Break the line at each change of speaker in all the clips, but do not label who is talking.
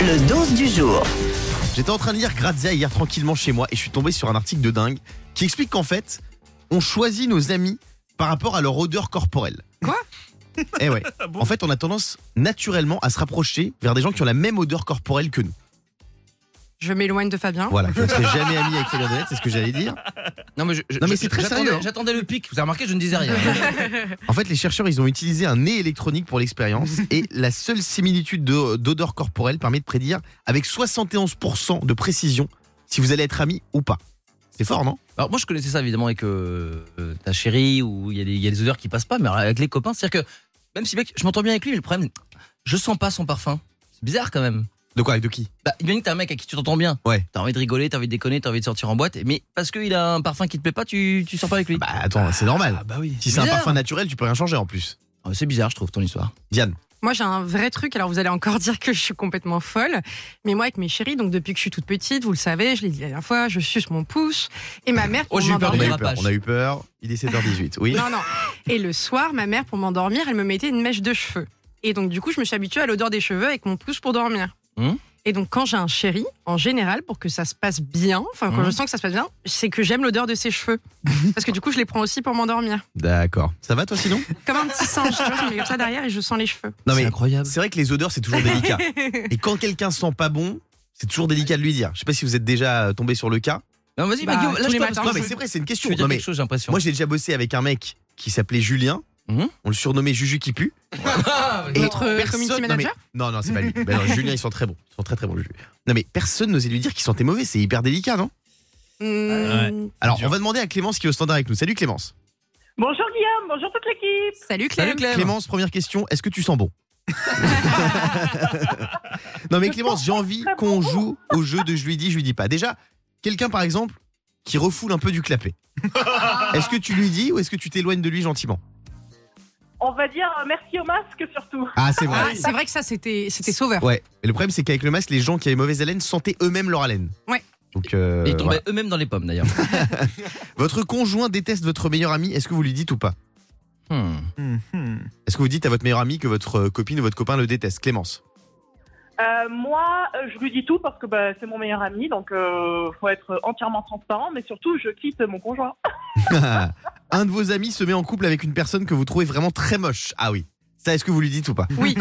Le dose du jour.
J'étais en train de lire Grazia hier tranquillement chez moi et je suis tombé sur un article de dingue qui explique qu'en fait, on choisit nos amis par rapport à leur odeur corporelle.
Quoi
Eh ouais. En fait, on a tendance naturellement à se rapprocher vers des gens qui ont la même odeur corporelle que nous.
Je m'éloigne de Fabien.
Voilà, je ne serai jamais ami avec Fabien Delette, c'est ce que j'allais dire.
Non mais, je- je-
Non, mais
je-
c'est très
j'attendais-
sérieux, hein.
J'attendais le pic. Vous avez remarqué, je ne disais rien. hein.
En fait, les chercheurs, ils ont utilisé un nez électronique pour l'expérience et la seule similitude de- d'odeur corporelle permet de prédire avec 71% de précision si vous allez être amis ou pas. C'est fort, non
Alors moi, je connaissais ça évidemment avec euh, euh, ta chérie où il y, a des- il y a des odeurs qui passent pas, mais avec les copains, c'est-à-dire que même si mec, je m'entends bien avec lui, mais le problème, je sens pas son parfum. C'est bizarre quand même.
De quoi De qui
Bah, imagine que t'as un mec à qui tu t'entends bien.
Ouais.
T'as envie de rigoler, t'as envie de déconner, t'as envie de sortir en boîte, mais parce qu'il a un parfum qui te plaît pas, tu tu sors pas avec lui.
Bah attends, c'est normal.
bah oui.
Si c'est un parfum naturel, tu peux rien changer en plus.
Ah, c'est bizarre, je trouve ton histoire.
Diane
Moi, j'ai un vrai truc. Alors, vous allez encore dire que je suis complètement folle. Mais moi, avec mes chéris, donc depuis que je suis toute petite, vous le savez, je l'ai dit la dernière fois, je suce mon pouce. Et ma mère, pour
Oh, j'ai eu peur
On a,
Des
eu
m'endormir.
peur,
rapaces.
on a eu peur. Il est 7h18. Oui.
Ah, Non, non. Et le soir, ma mère, pour m'endormir, elle me mettait une mèche de cheveux. Et donc, du coup, je me suis habituée à l'odeur des cheveux avec mon pouce pour dormir.
Hum.
Et donc, quand j'ai un chéri, en général, pour que ça se passe bien, enfin, quand
Hum.
je sens que ça se passe bien, c'est que j'aime l'odeur de ses cheveux. Parce que du coup, je les prends aussi pour m'endormir.
D'accord. Ça va toi sinon
Comme un petit singe, tu vois, je me mets comme ça derrière et je sens les cheveux.
Non
c'est
mais
incroyable.
c'est vrai que les odeurs c'est toujours délicat. Et quand quelqu'un sent pas bon, c'est toujours délicat de lui dire. Je sais pas si vous êtes déjà euh, tombé sur le cas.
Non, vas-y,
Bah,
Guillaume,
tous les matins,
lâche-toi, parce
Non
que
mais
je-
c'est vrai, c'est une
je
question.
veux dire
Non mais
quelque chose, j'ai l'impression.
moi j'ai déjà bossé avec un mec qui s'appelait Julien.
Mhm.
On le surnommait Juju qui pue. Et
Notre euh,
personne-
community
non, mais-
manager
Non non c'est pas lui. Ben non, Julien ils sont très bons, ils sont très très bons Juju. Non mais personne n'osait lui dire qu'il sentait mauvais, c'est hyper délicat non
Mmh.
Alors on va demander à Clémence qui est au standard avec nous. Salut Clémence.
Bonjour Guillaume, bonjour toute l'équipe.
Salut Claire.
Salut Clem.
Clémence première question, est-ce que tu sens bon Non mais Clémence, j'ai envie
très
qu'on joue au jeu de je lui dis, je lui dis pas. Déjà, quelqu'un par exemple qui refoule un peu du clapet. est-ce que tu lui dis ou est-ce que tu t'éloignes de lui gentiment
On va dire euh, merci au masque surtout.
Ah c'est
Ah,
vrai.
c'est vrai que ça, c'était c'était sauveur.
ouais. Mais le problème c'est qu'avec le masque, les gens qui avaient mauvaise haleine sentaient eux-mêmes leur haleine.
Ouais.
Donc euh,
Ils tombaient
voilà.
eux-mêmes dans les pommes d'ailleurs.
votre conjoint déteste votre meilleur ami. Est-ce que vous lui dites ou pas
Hmm.
Est-ce que vous dites à votre meilleur ami que votre euh, copine ou votre copain le déteste Clémence.
Euh, moi, euh, je lui dis tout parce que bah, c'est mon meilleur ami, donc euh, faut être entièrement transparent, mais surtout, je quitte mon conjoint.
Un de vos amis se met en couple avec une personne que vous trouvez vraiment très moche. Ah oui. Ça, est-ce que vous lui dites ou pas
Oui.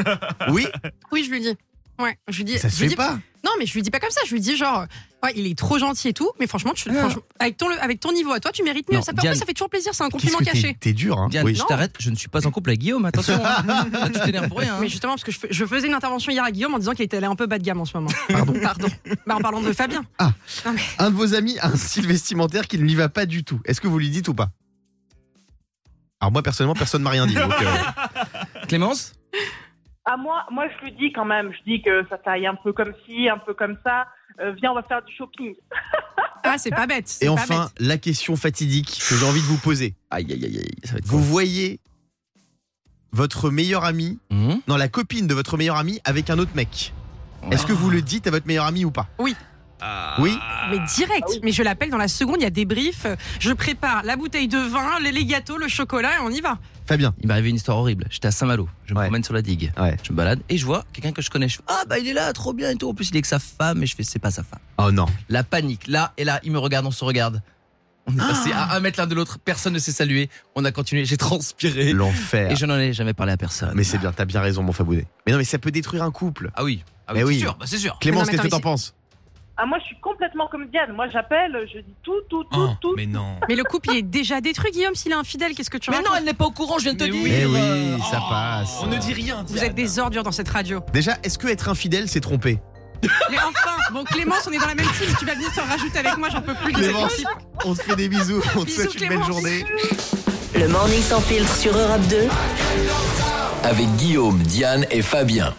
Oui.
Oui, je lui dis. Ouais, je lui dis.
Ça
je
se
lui
fait
dis-
pas.
Non, mais je lui dis pas comme ça. Je lui dis genre, euh, ouais, il est trop gentil et tout, mais franchement, tu,
Ah.
franchement, avec ton le- avec ton niveau à toi, tu mérites mieux.
Non,
ça fait, en
Diane.
plus, ça fait toujours plaisir. C'est un
Qu'est-ce
compliment
que t'es-
caché.
T'es dur, hein
Diane,
Oui.
je
Non.
t'arrête, je ne suis pas en couple avec Guillaume, attention. hein. Là, tu t'énerves pour
Ah.
rien. hein.
Mais justement, parce que je, fais- je faisais une intervention hier à Guillaume en disant qu'il était allé un peu bas de gamme en ce moment.
Pardon.
Pardon. Bah, en parlant de Fabien.
Un de vos amis a un style vestimentaire qui ne lui va pas du tout. Est-ce que vous lui dites ou pas Alors moi personnellement, personne ne m'a rien dit. donc, euh,
Clémence
À moi, moi, je lui dis quand même, je dis que ça taille un peu comme ci, un peu comme ça. Euh, viens, on va faire du shopping.
Ah, c'est pas bête. c'est
Et
pas
enfin,
bête.
la question fatidique que j'ai envie de vous poser.
Aïe, aïe, aïe, aïe, ça va être
Vous voyez votre meilleur ami,
Mhm.
non la copine de votre meilleur ami avec un autre mec. Est-ce que vous
Ah.
le dites à votre meilleur ami ou pas Ah Oui.
Ah,
Mais direct. Mais je l'appelle dans la seconde. Il y a des briefs. Je prépare la bouteille de vin, les, les gâteaux, le chocolat, et on y va.
Fabien.
Il m'est arrivé une histoire horrible. J'étais à Saint-Malo. Je me
Ouais.
promène sur la digue.
Ouais.
Je me balade et je vois quelqu'un que je connais. Je fais, ah bah il est là, trop bien et tout. En plus il est avec sa femme et je fais c'est pas sa femme.
Oh non.
La panique. Là et là, il me regarde, on se regarde. On est passé à un mètre l'un de l'autre. Personne ne s'est salué. On a continué. J'ai transpiré. Et
L'enfer.
je n'en ai jamais parlé à personne.
Mais c'est bien, t'as bien raison, mon Fabounet. Mais non, mais ça peut détruire un couple.
Ah oui. Ah
Mais
c'est
oui.
sûr. Bah, c'est sûr.
Clémence,
Mais non, mais
qu'est-ce que
attends,
t'en penses
À moi, je suis complètement comme Diane. Moi, j'appelle, je dis tout, tout, tout, tout.
mais non.
Mais le couple, il est déjà détruit, Guillaume. S'il est infidèle, qu'est-ce que tu
Mais
racontes
non, elle n'est pas au courant. Je viens de te
Mais
dire.
oui.
Eh oui,
Euh,
ça passe.
On ne dit rien.
Vous êtes des ordures dans cette radio.
Déjà, est-ce que être infidèle, c'est tromper
Mais enfin, bon Clémence, on est dans la même team, tu vas venir te rajouter avec moi, j'en peux plus de cette
Clémence,
équipe.
on te fait des bisous, on te
Bisous,
souhaite une belle
Clémence.
journée.
Le morning sans filtre sur Europe 2.
avec Guillaume, Diane et Fabien.